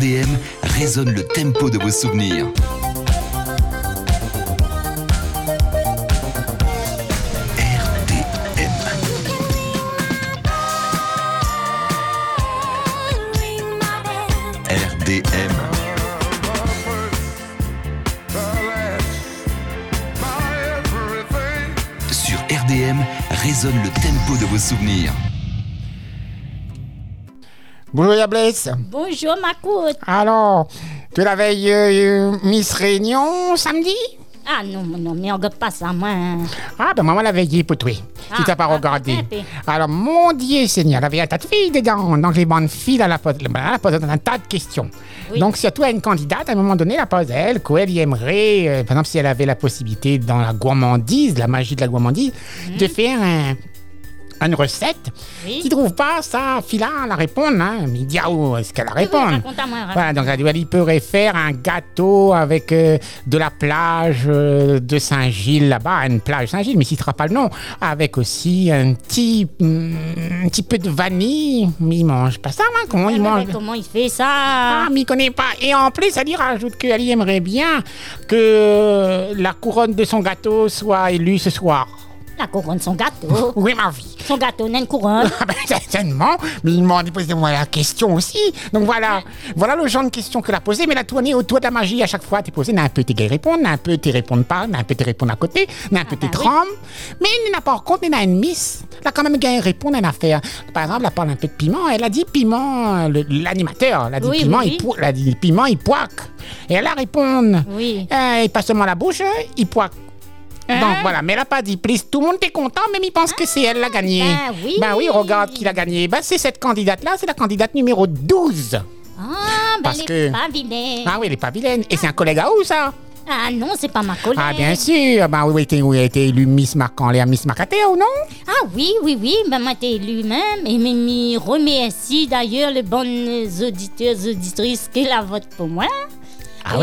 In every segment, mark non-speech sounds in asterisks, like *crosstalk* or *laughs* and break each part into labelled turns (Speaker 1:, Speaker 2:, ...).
Speaker 1: DM résonne le tempo de vos souvenirs. RTM, RDM, sur RDM résonne le tempo de vos souvenirs.
Speaker 2: Bonjour Yablès.
Speaker 3: Bonjour ma coute.
Speaker 2: Alors, tu la veille euh, euh, Miss Réunion samedi
Speaker 3: Ah non, non, mais on regarde pas ça, moi.
Speaker 2: Ah ben maman l'avait dit pour toi.
Speaker 3: Ah,
Speaker 2: tu t'as pas
Speaker 3: ah,
Speaker 2: regardé.
Speaker 3: eh ben.
Speaker 2: Alors mon Dieu Seigneur, la avait un tas de filles dedans. Donc les bonnes filles, elle a posé elle a posé un tas de questions.
Speaker 3: Oui.
Speaker 2: Donc si toi une candidate, à un moment donné, la pose à elle, quoi elle y aimerait, euh, par exemple si elle avait la possibilité dans la gourmandise, la magie de la gourmandise, de faire un- une recette.
Speaker 3: Mhm. Oui.
Speaker 2: Tu trouves pas ça, Phila, à la répondre, hein, mais dis, ah, où est-ce qu'elle la répond
Speaker 3: raconte à moi, raconte.
Speaker 2: Voilà, donc elle, elle pourrait faire un gâteau avec euh, de la plage euh, de Saint-Gilles là-bas, une plage Saint-Gilles, mais il ne citera pas le nom, avec aussi un petit, hum, un petit peu de vanille. Mais il mange pas ça, hein, comment
Speaker 3: Ah,
Speaker 2: il
Speaker 3: mais
Speaker 2: mange
Speaker 3: comment il fait ça
Speaker 2: ah, mais il connaît pas. Et en plus, elle y rajoute qu'elle y aimerait bien que euh, la couronne de son gâteau soit élue ce soir.
Speaker 3: La couronne, son gâteau.
Speaker 2: Oui, ma vie.
Speaker 3: son gâteau n'a une couronne.
Speaker 2: Ah ben, *laughs* certainement, mais il m'a posé moi la question aussi. Donc voilà, voilà le genre de question que a posé, mais la tournée autour de la magie à chaque fois, t'es posé, n'a un peu t'es gay répondre, n'a un peu t'es répondre pas, n'a un peu t'es répondre à côté, n'a un peu
Speaker 3: bah
Speaker 2: t'es
Speaker 3: oui.
Speaker 2: tremble. Mais il n'a pas en compte, il a une miss. Là quand même gay répondre à une affaire. Par exemple, elle parle un peu de piment, elle a dit piment, euh, le- l'animateur, elle a dit
Speaker 3: Oui,
Speaker 2: piment,
Speaker 3: oui, oui.
Speaker 2: il pou- elle a dit piment, il poique. Et elle a répondu,
Speaker 3: Oui.
Speaker 2: euh, et pas seulement la bouche, hein, il poique. Donc voilà, mais elle a pas dit please. Tout le monde est content, même il pense que c'est elle la gagnée.
Speaker 3: ben oui.
Speaker 2: Ben oui, regarde qui l'a gagné. Ben c'est cette candidate-là, c'est la candidate numéro 12.
Speaker 3: Ah, ben
Speaker 2: Parce
Speaker 3: elle
Speaker 2: que-
Speaker 3: est pas vilaine.
Speaker 2: Ah oui, elle est pas vilaine. Et c'est un collègue à où ça
Speaker 3: Ah non, c'est pas ma collègue.
Speaker 2: Ah bien sûr. Ben oui, oui, t'es- oui, elle a été élue Miss Marc-Enlea, Miss Marcatea ou non
Speaker 3: Ah oui, oui, oui, maman t'es lui-même et Mimi remercie d'ailleurs les bonnes auditeurs, auditrices qui la votent pour moi.
Speaker 2: Ah
Speaker 3: Et- hum,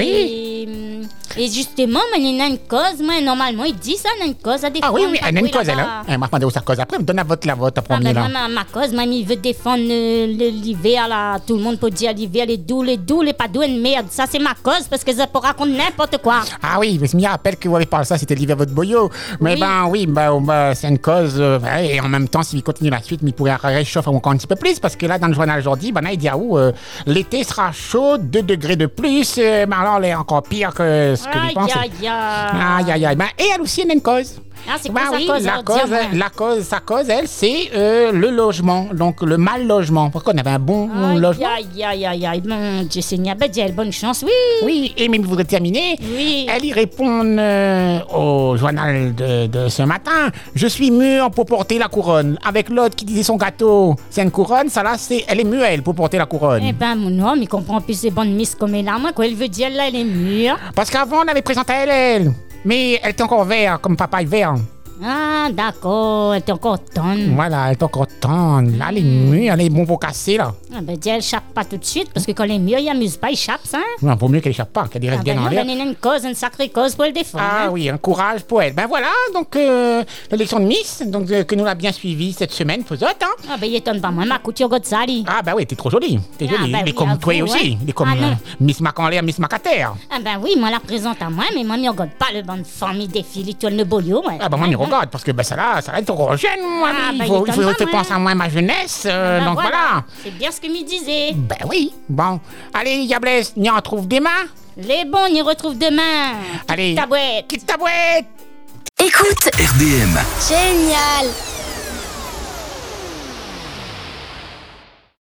Speaker 2: oui
Speaker 3: Et justement, moi, il y a une cause, moi, normalement, il dit ça, il y a une cause à
Speaker 2: Ah
Speaker 3: défendre.
Speaker 2: oui, oui, elle a une
Speaker 3: Pourquoi
Speaker 2: cause,
Speaker 3: il a
Speaker 2: elle.
Speaker 3: pas-
Speaker 2: hein. Elle m'a demandé où sa cause après. elle me Donne la vote, la vote, à
Speaker 3: Ah,
Speaker 2: premier
Speaker 3: ben,
Speaker 2: là.
Speaker 3: maman, ma cause, maman, il veut défendre euh, le- l'hiver, là. Tout le monde peut dire l'hiver, les doux, les doux, les pas doux, une merde. Ça, c'est ma cause, parce que ça peut raconter n'importe quoi.
Speaker 2: Ah oui, mais je me rappelle que vous avez parlé de ça, c'était l'hiver votre boyau. Mais
Speaker 3: Oui.
Speaker 2: ben oui, ben, ben, c'est une cause. euh, ouais, et en même temps, s'il continue la suite, mais il pourrait réchauffer encore un petit peu plus. Parce que là, dans le journal aujourd'hui, ben, là, il dit ah, ouh, euh, l'été sera chaud, 2 degrés de plus. euh, ben alors, elle est encore pire que ce que
Speaker 3: Aïe,
Speaker 2: je pense.
Speaker 3: aïe, aïe.
Speaker 2: Aïe, aïe, aïe. Ben, et elle aussi, elle a une cause.
Speaker 3: Ah, c'est
Speaker 2: Ben
Speaker 3: quoi sa
Speaker 2: oui,
Speaker 3: cause,
Speaker 2: la
Speaker 3: alors,
Speaker 2: cause,
Speaker 3: dis-moi.
Speaker 2: la cause, sa cause, elle, c'est euh, le logement, donc le mal logement. Pourquoi on avait un bon
Speaker 3: Aïe,
Speaker 2: logement
Speaker 3: aïe, aïe, aïe, aïe, mon Dieu Seigneur, ben Dieu, bonne chance, oui.
Speaker 2: Oui, et même vous terminer.
Speaker 3: Oui.
Speaker 2: Elle y répond euh, au journal de, de ce matin. Je suis mûre pour porter la couronne. Avec l'autre qui disait son gâteau, c'est une couronne. Ça là, c'est, elle est muelle pour porter la couronne.
Speaker 3: Eh ben, mon homme, il comprend plus ces bonnes misses comme elle a, moi, quoi. Elle veut dire, là, elle est mûre.
Speaker 2: Parce qu'avant, on l'avait présenté à elle, elle. Mais elle était encore vert, comme papa est vert.
Speaker 3: Ah, d'accord, elle est encore tonne.
Speaker 2: Voilà, elle est encore tendre. Là, elle est
Speaker 3: Hmm.
Speaker 2: mûre, elle est bon pour casser, là.
Speaker 3: Ah, ben, Dieu, elle chappe pas tout de suite, parce que quand elle est mûre, il amuse pas, il chappe, ça. hein.
Speaker 2: Non, vaut mieux qu'elle échappe pas, qu'elle y reste
Speaker 3: Ah,
Speaker 2: bien
Speaker 3: ben,
Speaker 2: en
Speaker 3: nous,
Speaker 2: l'air.
Speaker 3: ben, il y a une cause, une sacrée cause pour le défendre.
Speaker 2: Ah
Speaker 3: hein.
Speaker 2: oui, un courage pour elle. Ben voilà, donc euh, l'élection de Miss, donc, euh, que nous l'a bien suivie cette semaine, faut autres, hein.
Speaker 3: Ah, ben, il étonne pas, moi, ma couture de ça, lui.
Speaker 2: Ah bah oui, t'es trop jolie. T'es
Speaker 3: Ah
Speaker 2: jolie.
Speaker 3: bah
Speaker 2: mais
Speaker 3: oui,
Speaker 2: comme
Speaker 3: à
Speaker 2: toi
Speaker 3: vous,
Speaker 2: aussi.
Speaker 3: ouais.
Speaker 2: Mais comme
Speaker 3: Ah non.
Speaker 2: euh, Miss Mac en l'air, Miss Mac à terre.
Speaker 3: Ah, ben oui, moi, la présente à moi, mais moi, il regarde pas le bon famille des filles, il tourne le bolio, ouais.
Speaker 2: Ah bah moi, on y regarde parce que bah, ça là, ça là, t'es encore jeune, moi.
Speaker 3: Ah,
Speaker 2: il
Speaker 3: bah,
Speaker 2: faut,
Speaker 3: il est
Speaker 2: il faut
Speaker 3: comme
Speaker 2: que
Speaker 3: ça,
Speaker 2: tu
Speaker 3: moi.
Speaker 2: penses à moi, ma jeunesse. euh,
Speaker 3: Ben,
Speaker 2: donc voilà.
Speaker 3: C'est bien ce que me disait.
Speaker 2: Ben oui. Bon. Allez, Yablès, n'y en trouve des mains.
Speaker 3: Les bons, on y retrouve demain.
Speaker 2: Allez.
Speaker 3: Tabouette.
Speaker 2: Quitte ta boîte.
Speaker 4: Écoute,
Speaker 1: RDM,
Speaker 4: génial